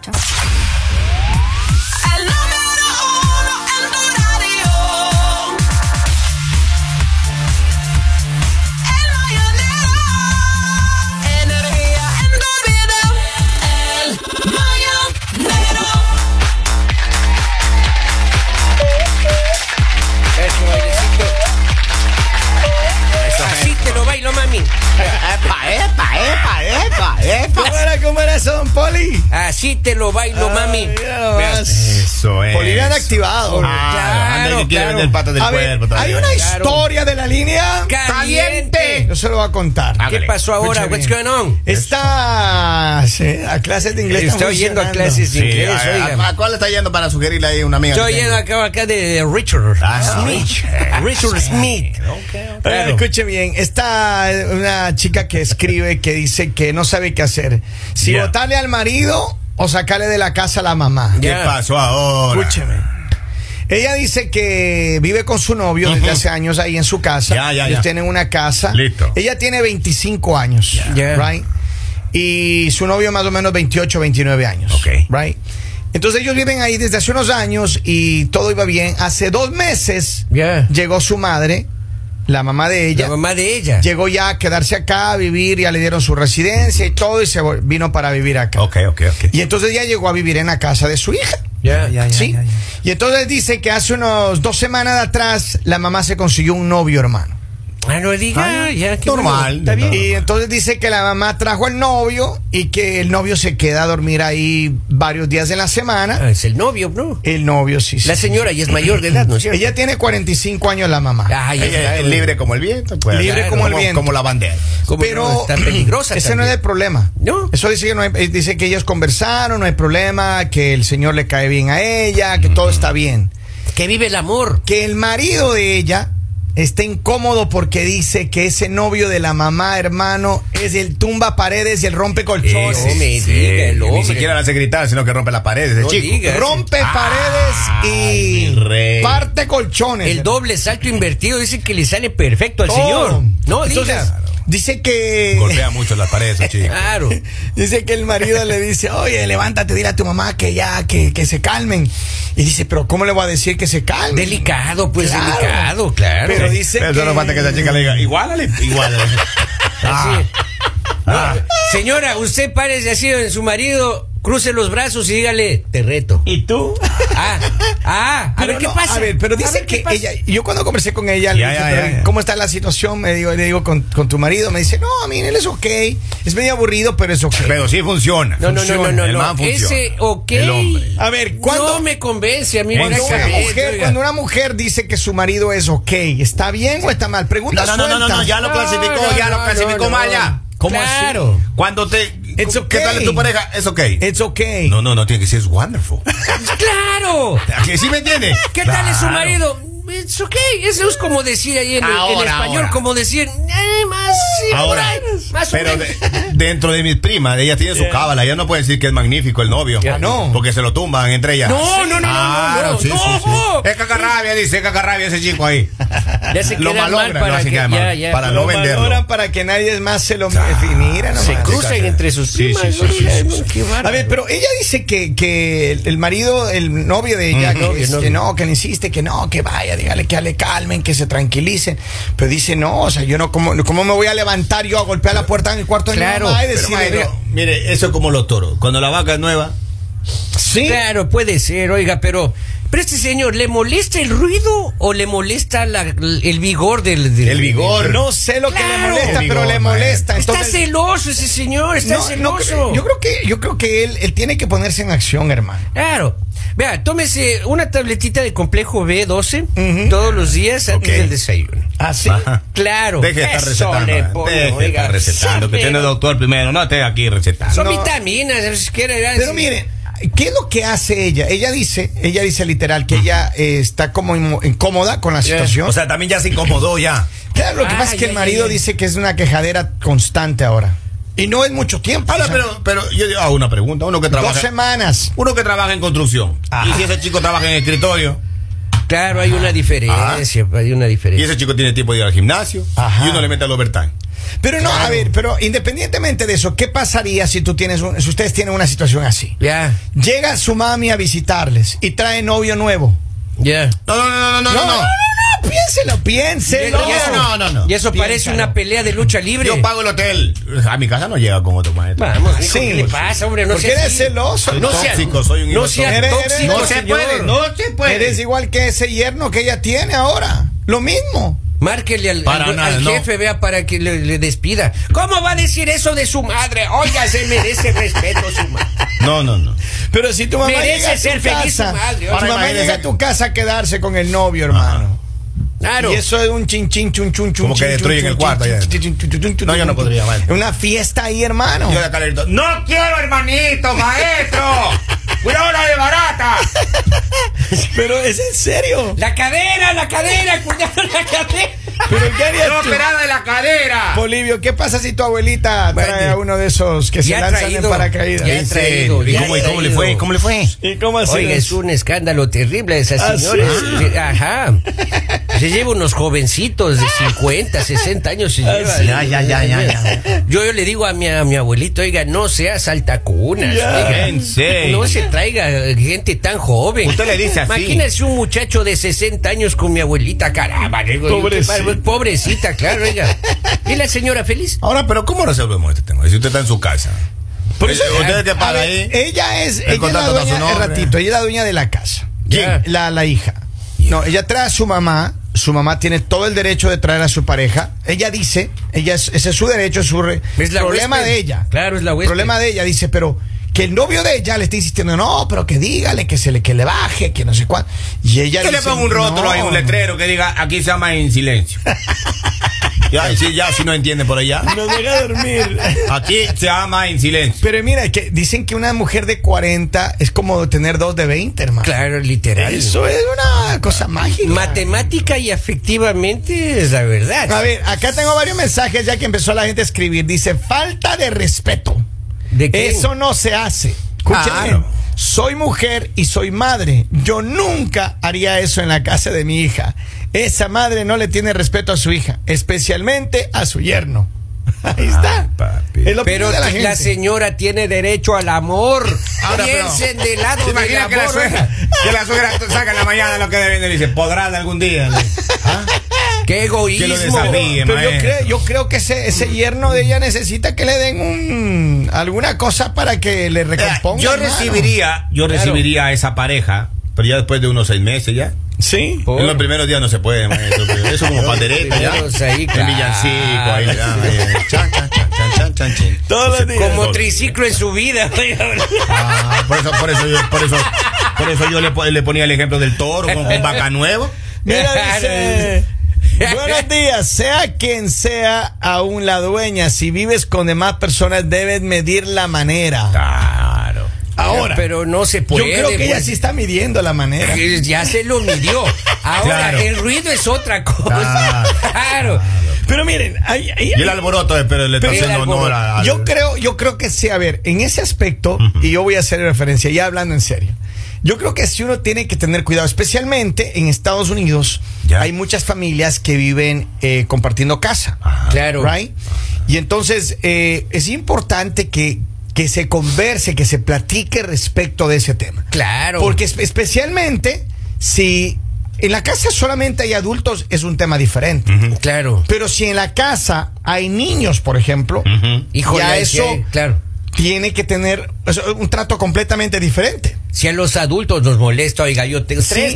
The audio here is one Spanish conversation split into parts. escucha. El número uno en tu radio. El mañanero. Energía en tu vida. El mañanero. Eso, bailecito. Eso es. Así te lo bailo, mami. Epa, epa, epa, epa, epa. ¿Cómo era, cómo era eso, don Poli? Así te lo bailo, Oh, mami. Mira nomás. Eso Eh, es. Boliviano activado. Ah, Claro, anda que quiere claro. vender patas del A ver, cuerpo. hay todavía. una historia de la línea Caliente. Yo se lo voy a contar. Ah, ¿Qué Hágale. pasó ahora? Escuche What's bien. going on? Estas eh, a clases de inglés. Estoy están yendo a funcionando. clases de Sí, inglés, a- oiga. a, a cuál está yendo para sugerirle ahí una amiga? Estoy que yendo tenga? acá, acá de Richard Ah, Smith. Richard Smith. A ver, escuche bien, está una chica que escribe que dice que no sabe qué hacer. Si Ya. botarle al marido o sacarle de la casa a la mamá. ¿Qué Ya. pasó ahora? Escúcheme. Ella dice que vive con su novio desde hace años ahí en su casa. Ya, ya, Ellos ya. tienen una casa. Listo. Ella tiene 25 años. Ya. Right? Y su novio más o menos 28, 29 años. Ok. Right? Entonces ellos viven ahí desde hace unos años y todo iba bien. Hace dos meses Ya. llegó su madre, la mamá de ella. La mamá de ella. Llegó ya a quedarse acá, a vivir, ya le dieron su residencia y todo, y se vol- vino para vivir acá. Ok, ok, ok. Y entonces ya llegó a vivir en la casa de su hija. Ya. ¿Sí? Y entonces dice que hace unos dos semanas atrás la mamá se consiguió un novio, hermano. Ah, no diga. Ah, ya, qué normal. bueno. Está bien. Y entonces dice que la mamá trajo al novio y que el novio se queda a dormir ahí varios días de la Ah, semana. es el novio, bro. El novio, sí. sí. La señora ya es mayor de edad, ¿no es cierto? Ella tiene 45 años la mamá. Ah, ya Ella está. es libre como el viento. pues. Libre como el viento. Como la bandera. Como Pero no, está peligrosa. ese no también. es el problema. No. Eso dice que no hay- eh, dice que ellos conversaron, no hay problema, que el señor le cae bien a ella, que todo está bien. Que vive el amor. Que el marido de ella está incómodo porque dice que ese novio de la mamá, hermano, es el tumba paredes y el rompe No colchones. Eh, me diga el hombre. Ni siquiera la hace gritar, sino que rompe las paredes. el No chico. diga. rompe paredes Ay, y mi rey. parte colchones. El doble salto invertido dice que le sale perfecto al Todo. señor. No, Entonces, diga. dice que Golpea mucho las paredes, el chico. Claro. Dice que el marido le dice, oye, levántate, dile a tu mamá que ya, que, que se calmen. Y dice, pero ¿cómo le voy a decir que se calmen? Delicado, pues Claro. delicado, claro. Pero dice Pero que... solo falta que esa chica le diga, igualale, igualale. Así. No, Ah. Señora, usted párese así en su marido, cruce los brazos y dígale, te reto. ¿Y tú? Ah, ah, a Pero ver qué no, pasa. A ver, pero A dice ver qué que pasa. ella... Yo cuando conversé con ella, le Ya, dije, ya, "Pero, ya, ya. ¿cómo está la situación? Me digo, le digo, con, con tu marido. Me dice, no, a mí él es ok. Es medio aburrido, pero es ok. Pero sí funciona. No, no, no, no, no, El no. man funciona. Ese, ok. El hombre. a ver, ¿cuándo... No me convence a mí. Cuando una, eh, honestamente, mujer, oiga. cuando una mujer dice que su marido es ok, ¿está bien o está mal? Pregunta No, no, no, no, no, suelta. no, ya lo No, clasificó, no, ya no, lo clasificó no, mal ya. no. Claro. así? Cuando te. It's ¿Qué okay. tal es tu pareja? Es ok. It's ok. No, no, no tiene que ser, es wonderful. Ah, ¡Claro! ¿Que ¿Sí me entiendes? ¿Qué tal es su marido? It's okay. Eso es como decir ahí en, en Ahora, español, ahora. como decir, eh, más, sí, por Ahora, ahí, más o pero menos. de- dentro de mis primas, ella tiene su cábala, ella no puede decir que es magnífico el novio. Ya no. Porque se lo tumban entre ellas. No, no, no, no, no, Claro, no, sí, no. sí, sí. Es cacarrabia, dice, es cacarrabia ese chico ahí. Ya se Lo queda mal malogran, lo para hacen que- quedar mal. ya, ya. Para no lo venderlo. valoran para que nadie más se lo definira nomás. se cruzan Ah, sí, entre sus sí, primas. sí, sí, sí, sí. Qué bárbaro. A ver, pero ella dice que, que el el marido, el novio de ella, que, Mm, novio, es- novio. que no, que le insiste, que no, que vaya, dígale que le calmen, que se tranquilicen. Pero dice, no, o sea, yo no, ¿cómo, cómo me voy a levantar yo a golpear la puerta en el cuarto de Claro, mi mamá y Pero, decirle, maestro, mire, eso es como los toros. Cuando la vaca es nueva, sí, Claro, puede ser, oiga, pero. Pero este señor, ¿le molesta el ruido o le molesta la- el vigor del, del- el vigor. no sé lo que le Claro. molesta, pero Digo, le molesta. Está Entonces, celoso ese señor, está no, no celoso. creo- yo creo que, yo creo que él, él tiene que ponerse en acción, hermano. Claro. Vea, tómese una tabletita de complejo B12 Ujú. todos los días antes Ok. del desayuno. Así. Ajá. Claro. Deje de estar Eso recetando. le eh. pone, Deje de oiga. estar recetando. Que Sí, tiene pero doctor primero. No esté aquí recetando. Son No. vitaminas, si quiere, ya, Pero sí. miren, ¿qué es lo que hace ella? Ella dice, ella dice literal que ella eh, está como inmo- incómoda con la Yeah. situación. O sea, también ya se incomodó ya. claro, lo que ah, pasa es que ya, el ya, marido ya. dice que es una quejadera constante ahora. Y no es mucho tiempo. Ahora, o sea, pero, pero yo digo, ah, una pregunta. Uno que dos trabaja. semanas. Uno que trabaja en construcción. Y si ese chico trabaja en escritorio. Claro, hay una diferencia, hay una Ah. Y diferencia. ese chico tiene tiempo de ir al gimnasio. Ajá. Y uno le mete al overtime. Pero no, a ver, pero independientemente de eso, ¿qué pasaría si tú tienes un- si ustedes tienen una situación así? Ya, Llega su mami a visitarles y trae novio nuevo. ya. No, no, no, no, no, No, no, no, no, piénselo, piénselo. Y eso- no, no, no. Y eso parece Piénsalo. una pelea de lucha libre. Yo pago el hotel. A mi casa no llega con otro maestro. Vamos, hijo, Sí. ¿qué le pasa, hombre? No ¿Por sea qué eres así. celoso? Soy No sea, tóxico, soy un no inocente. sea Eres- tóxico, No se señor. puede, no se puede. Eres igual que ese yerno que ella tiene ahora. Lo mismo. Márquele al, Para al- nada, al no. jefe, vea, para que le, le despida. ¿Cómo va a decir eso de su madre? Oiga, se merece respeto su madre. No, no, no. Pero si tu mamá Merece llega a tu ser feliz casa, su madre, tu oye. mamá Imagínese. llega a tu casa a quedarse con el novio, hermano. Claro. Y eso es un chin chin chun chun chun. Como que chin, destruyen chun, el chun, cuarto chin, allá. chin, chin, chun, chun, chun, chun, No, yo chun, no chun. podría, vale. Una fiesta ahí, hermano. Yo de acá le grito, ¡No quiero, hermanito, maestro! ¡Una hora de barata! Pero es en serio. La cadera, la cadera, cuidado la cadera. Pero ¿qué harías ¡No tú? operada de la cadera! Polivio, ¿qué pasa si tu abuelita Bueno, trae a uno de esos que se ya lanzan traído, en paracaídas? ya ¿En traído, serio? ¿Y ya cómo, y cómo le traído. fue? ¿Cómo le fue? ¿Y cómo así? Oiga, es un escándalo terrible esa Ah, señora. ¿sí? Sí, Ajá. Se lleva unos jovencitos de 50, 60 años. Se lleva. sí. Ya, ya, ya, ya, ya. Yo, yo le digo a mi, a mi abuelito, oiga, no sea saltacunas. Ya. oiga. En serio. No se traiga gente tan joven. Usted le dice así. Imagínese un muchacho de 60 años con mi abuelita, caramba. le digo, yo, qué Pobrecita. bárbaro, Pobrecita, claro, oiga. ¿Y la señora feliz? Ahora, pero ¿cómo resolvemos este tema? Si usted está en su casa. Eh, Por eso, usted que A paga ver, ahí. Ella es, El ella es la contrato está a su dueña, el nombre. ratito, ella es la dueña de la casa. ¿Quién? La, la hija. No, ella trae a su mamá, su mamá tiene todo el derecho de traer a su pareja. Ella dice, ella es- ese es su derecho, su re- Es la problema huésped. de ella. Claro, es la huésped. Problema de ella, dice, pero que el novio de ella le está insistiendo, no, pero que dígale, que se le, que le baje, que no sé cuánto. Y ella Que le dice, ponga un rótulo "No, ahí, un letrero que diga aquí se ama en silencio. ya, sí, ya, si no entiende por allá. Nos deja dormir. Aquí se ama en silencio. Pero mira, que dicen que una mujer de 40 es como tener dos de 20, hermano. Claro, literal. Eso es una cosa mágica. Matemática y afectivamente es la verdad. A ver, acá tengo varios mensajes ya que empezó la gente a escribir. Dice, falta de respeto. ¿De qué? Eso no se hace. Escuchen Claro. bien. Soy mujer y soy madre. Yo nunca haría eso en la casa de mi hija. Esa madre no le tiene respeto a su hija, especialmente a su yerno. Ahí está. papi. Es la opinión Pero de la la, gente. señora tiene derecho al amor. Ahora, pero- Piensen del lado del ¿Se imagina amor. que la suegra, que la suegra saca en la mañana lo que debe y le dice, podrá de algún día. Le- ¿Ah? Qué egoísmo. desafíe. Pero yo maestro. creo, yo creo que ese, ese yerno de ella necesita que le den un, alguna cosa para que le recomponga. Yo hermano. recibiría, yo Claro. recibiría a esa pareja, pero ya después de unos seis meses ya. Sí. Por- En los primeros días no se puede, maestro. pero Eso como pandereta ya. Primeros ahí, El claro. villancico ahí. ya, ahí. eh, Chan, chan, chan, chan, chan, chan, chin. Todos los días. Como triciclo en su vida. Ah, por eso, por eso yo, por eso, por eso yo le, po- le ponía el ejemplo del toro con, con vaca nuevo. Mira, dice. Buenos días, sea quien sea aún la dueña, si vives con demás personas debes medir la manera. Claro. Ahora, Pero no se yo puede. creo que ella pues. sí está midiendo la manera. Eh, Ya se lo midió. Ahora, Claro. el ruido es otra cosa. Claro. Claro. Pero miren, hay- hay- Y el alboroto, eh, pero le está Pero el haciendo honor alboroto. a. al- yo creo, yo creo que sí, a ver, en ese aspecto, y yo voy a hacer referencia, ya hablando en serio. Yo creo que sí uno tiene que tener cuidado, especialmente en Estados Unidos. Ya. Hay muchas familias que viven eh, compartiendo casa. Claro. Right? Y entonces eh, es importante que, que se converse, que se platique respecto de ese tema. Claro. Porque espe- especialmente si en la casa solamente hay adultos, es un tema Mm. diferente. Claro. Pero si en la casa hay niños, por ejemplo, Ujú. Híjole, ya es que- eso claro. tiene que tener o sea, un trato completamente diferente. Si a los adultos nos molesta, oiga, yo tengo Sí. tres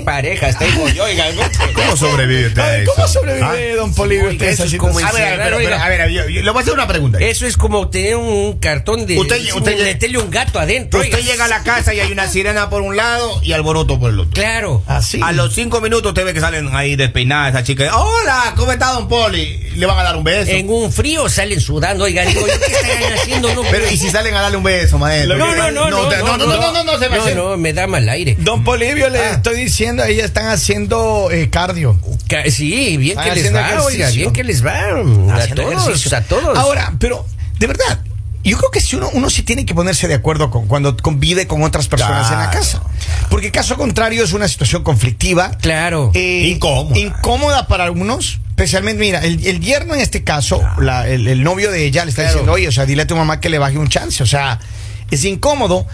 parejas, tengo yo, oiga. ¿Cómo sobrevive usted? a Ay, ¿Cómo eso? sobrevive ¿Ah? don Polivio Oiga, usted a esa eso es como Eh, situación? A ver, pero- pero, a ver, yo- yo le voy a hacer una pregunta. Eso es como tener un cartón de. Usted- un- usted- meterle un gato adentro. Usted oiga. llega a la casa y hay una sirena por un lado y alboroto por el otro. Claro. Así. A los cinco minutos usted ve que salen ahí despeinadas esas chicas. Hola, ¿cómo está Don Poli? Le van a dar un beso. En un frío salen sudando, oiga, digo, ¿qué estarán haciendo? No, pues". Pero ¿y si salen a darle un beso, maestro? no, no, no, no, te- no, no, no, no, no, se me hace- no, me da mal aire. Mm. Don Polivio, le Ah. estoy diciendo, ellas están haciendo eh, cardio. Ca- Sí, bien Ah, que Están les haciendo va, oiga, ejercicio. bien que les va. A Haciendo todos, ejercicio. a todos. Ahora, pero, de verdad, yo creo que si uno, uno sí tiene que ponerse de acuerdo con cuando convive con otras personas en la Claro, casa. Porque caso contrario es una situación conflictiva. Claro. eh, Incómoda. Incómoda para algunos. Especialmente, mira, el, el yerno en este caso, la- el, el novio de ella le está Claro. diciendo, oye, o sea, dile a tu mamá que le baje un chance. O sea, es incómodo.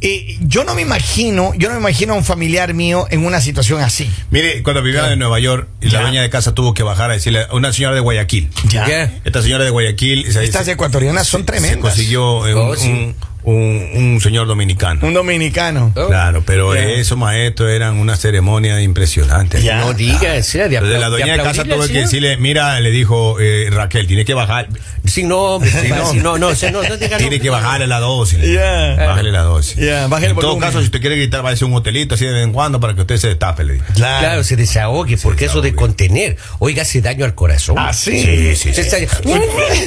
Eh, yo no me imagino, yo no me imagino a un familiar mío en una situación así. Mire, cuando vivía en Nueva York, Ya. la dueña de casa tuvo que bajar a decirle a una señora de Guayaquil. Ya. Esta señora de Guayaquil. se- Estas se- ecuatorianas son Se tremendas. consiguió eh, un, Oh, sí. un- un- un señor dominicano. Un dominicano. Oh. Claro, pero Ya. eso, maestro, eran una ceremonia impresionante. Ya. No digas, era de Entonces, la apla- dueña de casa aplaudirle al tuvo que señor. decirle, mira, le dijo eh, Raquel, tiene que bajar, Sí, no, hombre, Sí, compadre, no. sí, no, no, o sea, no, no diga, tiene no. que bajarle la dosis. Ya. Bájale la dosis. Ya, bájale en el todo volumen. caso, si usted quiere gritar, va a un hotelito así de vez en cuando para que usted se destape, le dijo. Claro, se desahogue, porque eso de contener, oiga, hace daño al corazón. Ah, sí. Sí, sí, Se sí. está-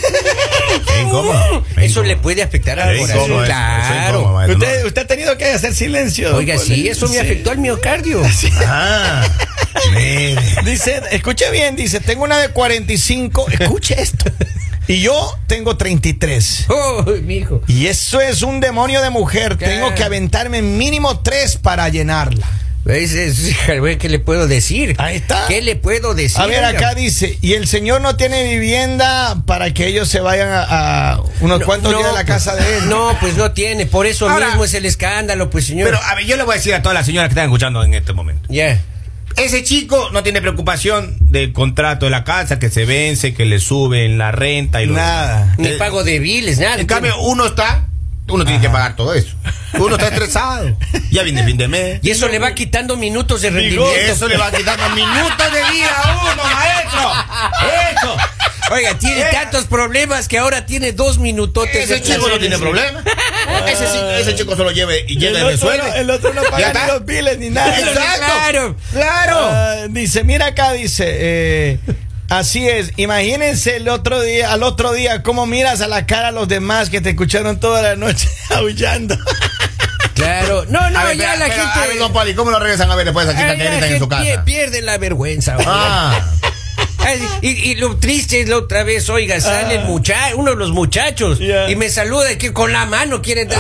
Es incómodo. Es Uh, Eso incómodo. le puede afectar al Es incómodo, corazón. es- es incómodo, Claro. maestro. Usted, usted ha tenido que hacer silencio. Oiga, sí, eso me Sí. afectó al miocardio. Ah, mire. Dice, escuche bien, dice, tengo una de 45, escuche esto. Y yo tengo 33. Oh, mijo. Y eso es un demonio de mujer. ¿Qué? Tengo que aventarme mínimo tres para llenarla. Es- es- hija, güey, ¿Qué le puedo decir? Ahí está. ¿Qué le puedo decir? A ver, oiga? acá dice, y el señor no tiene vivienda para que ellos se vayan a, a unos No, cuantos no, días de la casa de él. No, pues no tiene. Por eso Ahora- mismo es el escándalo, pues señor. Pero a ver, yo le voy a decir a todas las señoras que están escuchando en este momento. Ya. Ese chico no tiene preocupación del contrato de la casa, que se vence, que le suben la renta y lo Nada. Ni Eh, pago de biles, nada. En cambio, uno está, uno tiene que pagar todo eso. Uno está estresado. Ya viene fin de mes. y eso le va quitando minutos de Digo, rendimiento. eso le va quitando minutos de vida a uno, maestro. Eso. Oiga, tiene Eh. tantos problemas que ahora tiene dos minutotes. de Ese chico no placer. tiene problema. Ese, sí- ese chico solo lleve y llega y el, otro, resuelve. no- el otro no Ya paga está. ni los biles ni nada. Exacto. Claro. Claro. Ah, dice, mira acá, dice, eh, así es, imagínense el otro día, al otro día, cómo miras a la cara a los demás que te escucharon toda la noche aullando. Claro. No, no, A ver, ya espera, la espera, gente. A ver, don Poli, ¿cómo lo regresan a ver después a esa Ah, chica que la gritan en su gente casa? Pierde la vergüenza. oiga. Ah. Ay, Y, y lo triste es la otra vez, oiga, sale Ah. el mucha- uno de los muchachos Ya. y me saluda y que con la mano quiere dar.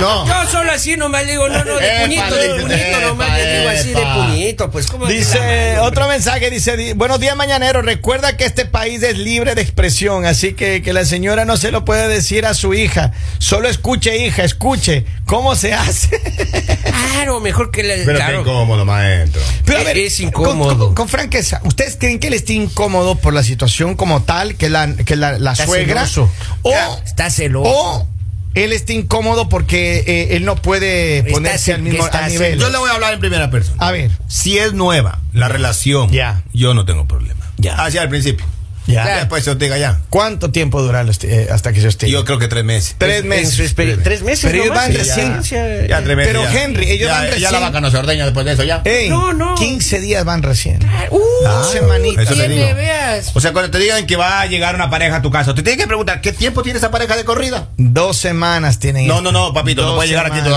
No. Yo solo así nomás le digo, no, no, de Epa, puñito, de dice, puñito nomás, epa, le digo así de epa. puñito, pues como. Dice otro mensaje, dice, di- buenos días mañanero, recuerda que este país es libre de expresión, así que, que la señora no se lo puede decir a su hija, solo escuche hija, escuche cómo se hace. Claro, mejor que la. Pero está claro. incómodo, maestro. Pero a Es- ver, es con- incómodo. Con, con franqueza, ¿ustedes creen que él esté incómodo por la situación como tal, que la, que la, la Está suegra? celoso. O, Está celoso. O él está incómodo porque eh, él no puede Está ponerse ce- al mismo que está al nivel. Yo le voy a hablar en primera persona. A ver. Si es nueva la relación, Ya. yo no tengo problema. Ya. Hacia el principio. Ya. Ya Después se os diga ya. ¿Cuánto tiempo dura los- eh, hasta que yo esté? Yo creo que tres meses. tres En meses. su exper- Tres meses. Pero ellos nomás, van sí, recién. ya- Ya, tres meses. Pero, ya. Henry, ellos ya, van Ya la recién. Eh, vaca no se ordeña después de eso, ya. Ey, No, no. 15 días van recién. Uh, Claro, semanita. eso te tiene, digo. veas. O sea, cuando te digan que va a llegar una pareja a tu casa, te tienes que preguntar, ¿qué tiempo tiene esa pareja de corrida? Dos semanas tienen. No, no, no, papito, Dos no puede llegar aquí semanas.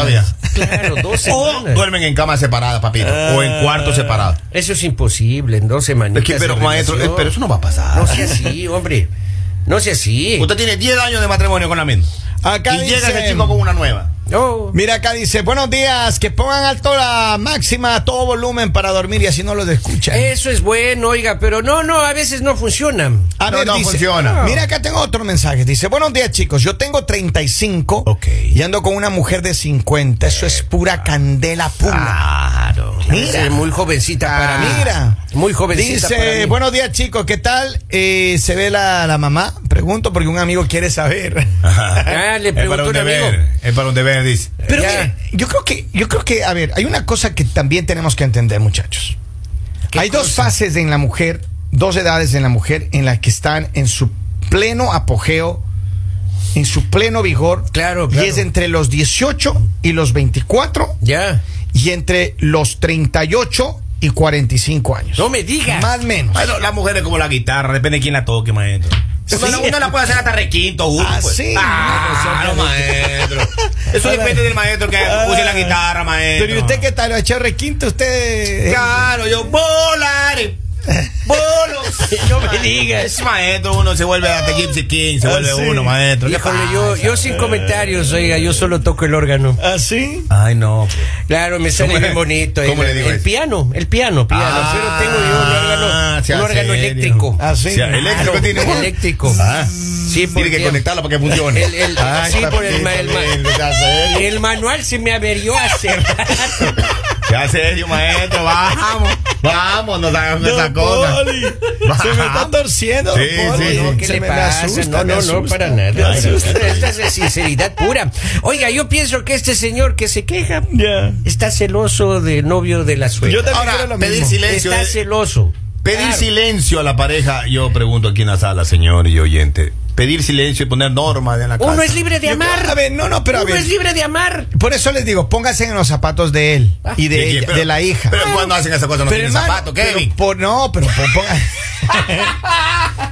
todavía. Claro, dos O semanas. duermen en camas separadas, papito. O en Ah. cuartos separados. Eso es imposible, en dos semanas. Es que, pero, maestro, eh, pero eso no va a pasar. No sea así, hombre. No sea así. Usted tiene 10 años de matrimonio con la misma. Acá y llega dicen- ese chico con una nueva. No. Mira acá dice, buenos días, que pongan alto la máxima a todo volumen para dormir y así no los escuchan. Eso es bueno, oiga, pero no, no, a veces no funcionan. A No, ver, no dice- funciona. Mira, acá tengo otro mensaje. Dice, buenos días chicos, yo tengo 35 Ok. y ando con una mujer de 50. Eso es pura candela pura. Claro. Es muy jovencita para mí. Ah, Mira. Ah. Muy jovencita Dice, para mí. buenos días chicos, ¿qué tal? Eh, ¿Se ve la, la mamá? Pregunto porque un amigo quiere saber. Ah, le es para preguntó un un amigo. deber. Es para un deber, dice. Pero Ya. mira, yo creo que, yo creo que, a ver, hay una cosa que también tenemos que entender, muchachos. ¿Qué Hay dos cosa? fases en la mujer, dos edades en la mujer en las que están en su pleno apogeo, en su pleno vigor. Claro, Y claro. es entre los 18 y los 24 Ya. y entre los 38 y 45 años. No me digas. Más o menos. Bueno, las mujeres como la guitarra, depende de quién la toque, maestro. Sí. Bueno, uno la puede hacer hasta requinto, uno. Ah, pues. sí. Ah, claro, maestro. Eso depende del maestro que ah, use la guitarra, maestro. eh, Pero ¿y usted qué tal? ¿Lo ha echado requinto? ¿Usted...? Claro, yo volaré. Bolos. No me digas. Es maestro, uno se vuelve hasta Gypsy King, se Ah, vuelve sí. uno maestro. ¿Qué Híjole, pasa? yo, yo sin comentarios, oiga, yo solo toco el órgano. ¿Ah, ¿Así? Ay, no. Claro, me sale ¿Cómo le- bien bonito. cómo el, le digo el eso? piano, el piano, piano. Ah, Solo tengo yo un órgano, sea un órgano serio. eléctrico. Así. Sí, eléctrico Claro, tiene. uno. eléctrico. Ah. Sí, Tiene que porque- conectarlo para que funcione. El- el- Ah, sí, está por el bien, ma- el ma- bien, está serio. El manual se me averió hace rato. Ya serio, maestro, vamos. Vamos, nos hagamos Don esa cosa. Poli, Se me está torciendo. Sí, don Poli. sí, No, sí. ¿qué Se le me- me pasa? asusta, no, me no, no, asusta. para Me nada. asusta. Esta es de sinceridad pura. Oiga, yo pienso que este señor que se queja Ya. está celoso del novio de la Yo suegra. también Ahora, creo lo pedir mismo. silencio. Está eh. celoso. Pedir Claro. silencio a la pareja, yo pregunto aquí en la sala, señor y oyente. Pedir silencio y poner normas en la casa. Uno es libre de Yo creo- amar. a ver, no, no, pero a Uno ver. es libre de amar. Por eso les digo, pónganse en los zapatos de él y de, Ah. ¿De quién? ella, Pero- de la hija. Pero cuando hacen esa cosa no tienen hermano, zapato, Kevin. pero por- no, pero por- ponga-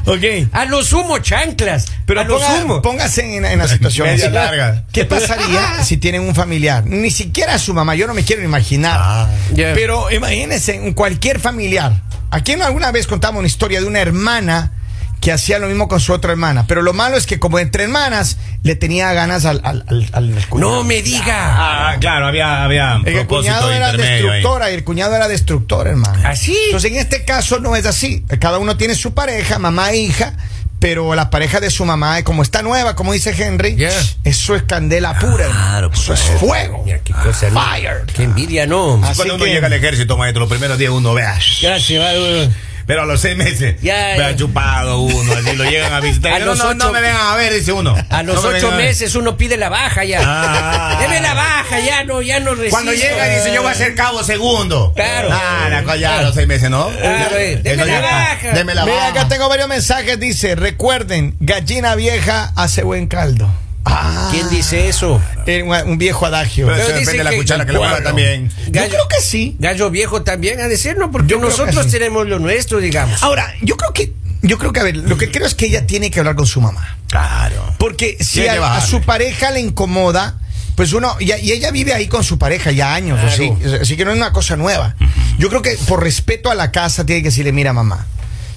ok. A lo sumo, chanclas. Pero a lo ponga- sumo. póngase en, en la situación. Media así. larga. ¿Qué pasaría si tienen un familiar? Ni siquiera su mamá, yo no me quiero imaginar. Ah. Ya. Pero imagínense, un cualquier familiar. Aquí en- alguna vez contamos una historia de una hermana que hacía lo mismo con su otra hermana. Pero lo malo es que como entre hermanas, le tenía ganas al... al, al- al cuñado. No me diga. Ah, claro, había, había El, que propósito cuñado era intermedio ahí. destructora y el cuñado era destructor, hermano. ¿Así? Entonces, en este caso no es así. Cada uno tiene su pareja, mamá e hija, pero la pareja de su mamá, eh, como está nueva, como dice Henry, Yeah. eso es candela pura. Claro, hermano. pues, eso es eh, fuego. Mira, qué cosa. ¿no? Fire. Qué envidia, no. Ah, Cuando Así uno que- llega al ejército, maestro, los primeros días uno vea. Ya se va, güey. Pero a los seis meses, Ya, vea ya. chupado uno, así lo llegan a visitar. A no, los no, no ocho- me vengan a ver, dice uno. A los No me ocho vengan a ver. meses uno pide la baja ya. Ah. Deme la baja, ya no, ya no resisto. Cuando llega dice yo voy a ser cabo segundo. Claro. Ah, la cosa ya a los seis meses, ¿no? Claro, eh. Eso Deme la ya- baja. Deme la Mira, baja. acá tengo varios mensajes. Dice, recuerden, gallina vieja hace buen caldo. Ah, ¿Quién dice eso? eh, un, un viejo adagio. Pero eso Pero depende dice de la que- cuchara que le Bueno. guarda también. Yo Gallo- creo que sí. Gallo viejo también a decirlo, porque Yo creo que nosotros sí. tenemos lo nuestro, digamos. Ahora, yo creo que, yo creo que, a ver, lo que creo es que ella tiene que hablar con su mamá. Claro. Porque si Tiene que a, a bajarle. su pareja le incomoda, pues uno, y, y ella vive ahí con su pareja ya años, así, así que no es una cosa nueva. Yo creo que por respeto a la casa tiene que decirle, mira mamá,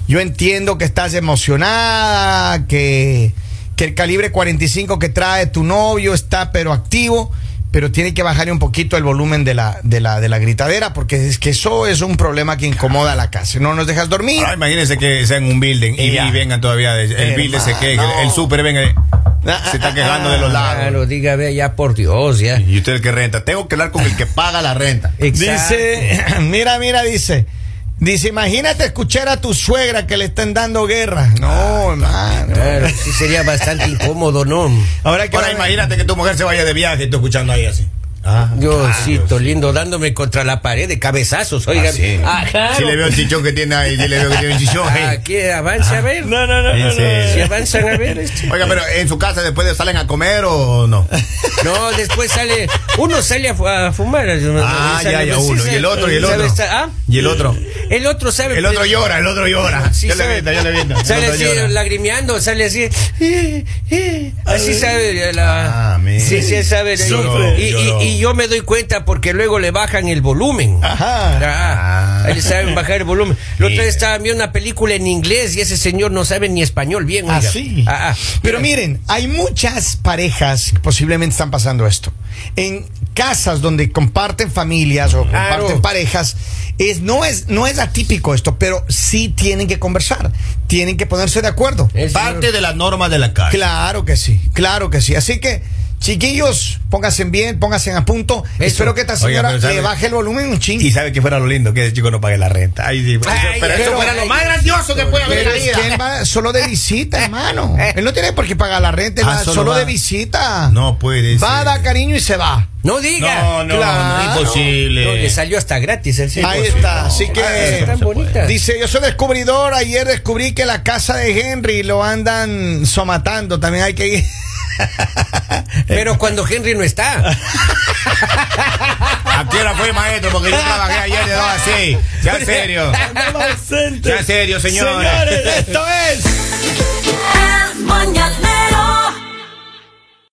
yo entiendo que estás emocionada, que, que el calibre 45 que trae tu novio está pero activo. Pero tiene que bajarle un poquito el volumen de la, de la, de la gritadera, porque es que eso es un problema que incomoda a la casa. No nos dejas dormir. Ahora imagínense que sea en un building y, Ya. y vengan todavía. de- El Hermano. building se queje, el super venga. de- Se está quejando de los lados. Claro, diga, vea, ya por Dios, ya. Y usted el que renta. Tengo que hablar con el que paga la renta. Exacto. Dice, mira, mira, dice. Dice, imagínate escuchar a tu suegra que le están dando guerra. No, Ah, hermano. Claro, sí sería bastante incómodo, ¿no? Ahora que Ahora imagínate que tu mujer se vaya de viaje y tú escuchando ahí así. Ah, Diosito lindo, dándome contra la pared de cabezazos, oiga. así. Ah, claro. Si le veo eh. el chichón que tiene ahí, si le veo que tiene un chichón ahí. Ah, que avance a ver. No, no, no, no, Sí, sí. Si avanzan a ver este. Oiga, pero en su casa después de- salen a comer o no? No, después sale. Uno sale a, fu- a fumar. Ah, Sale- pues, ya, ya, sí, uno. Y sale- el otro, y el sabe otro. estar- ¿ah? Y el otro. El otro sabe. El otro llora, el otro llora. Sí, yo le sabe. viento, yo le viento. El Sale otro así llora. lagrimeando, sale así. eh, eh, así sabe la. Ah, mira. sí, sí, sabe. Lloró, y, y- lloró. y yo me doy cuenta porque luego le bajan el volumen. Ajá. Ah, ahí le saben bajar el volumen. La otra Mira. vez estaba viendo una película en inglés y ese señor no sabe ni español bien. oiga. Así. Ah, ah. Pero miren, hay muchas parejas que posiblemente están pasando esto. En casas donde comparten familias o Claro. comparten parejas, es, no, es, no es atípico esto, pero sí tienen que conversar, tienen que ponerse de acuerdo. El señor- Parte de las normas de la casa. Claro que sí, claro que sí. Así que, chiquillos, pónganse bien, pónganse a punto. Eso. Espero que esta Oiga, señora pero ¿sabe? le baje el volumen un Y chingo. sabe que fuera lo lindo que ese chico no pague la renta. Ay, sí, pero, Ay, pero pero- esto fuera lo más grandioso que puede haber en Pero la es vida. que él va solo de visita, hermano. Él no tiene por qué pagar la renta, él Ah, va solo, solo va. de visita. No pues, puede Va a ser. dar cariño y se va. No diga. No, no, Claro. no, No, le imposible. salió hasta gratis el Ah, señor. Ahí pues, está, así que- es tan bonita. Dice, yo soy descubridor, ayer descubrí que la casa de Henry lo andan somatando, también hay que ir. Pero cuando Henry no está. ¿A qué hora fue maestro? Porque yo trabajé ayer de 2 a 6. Ya en serio. Ya en serio, señores. Señores, esto es... El mañanero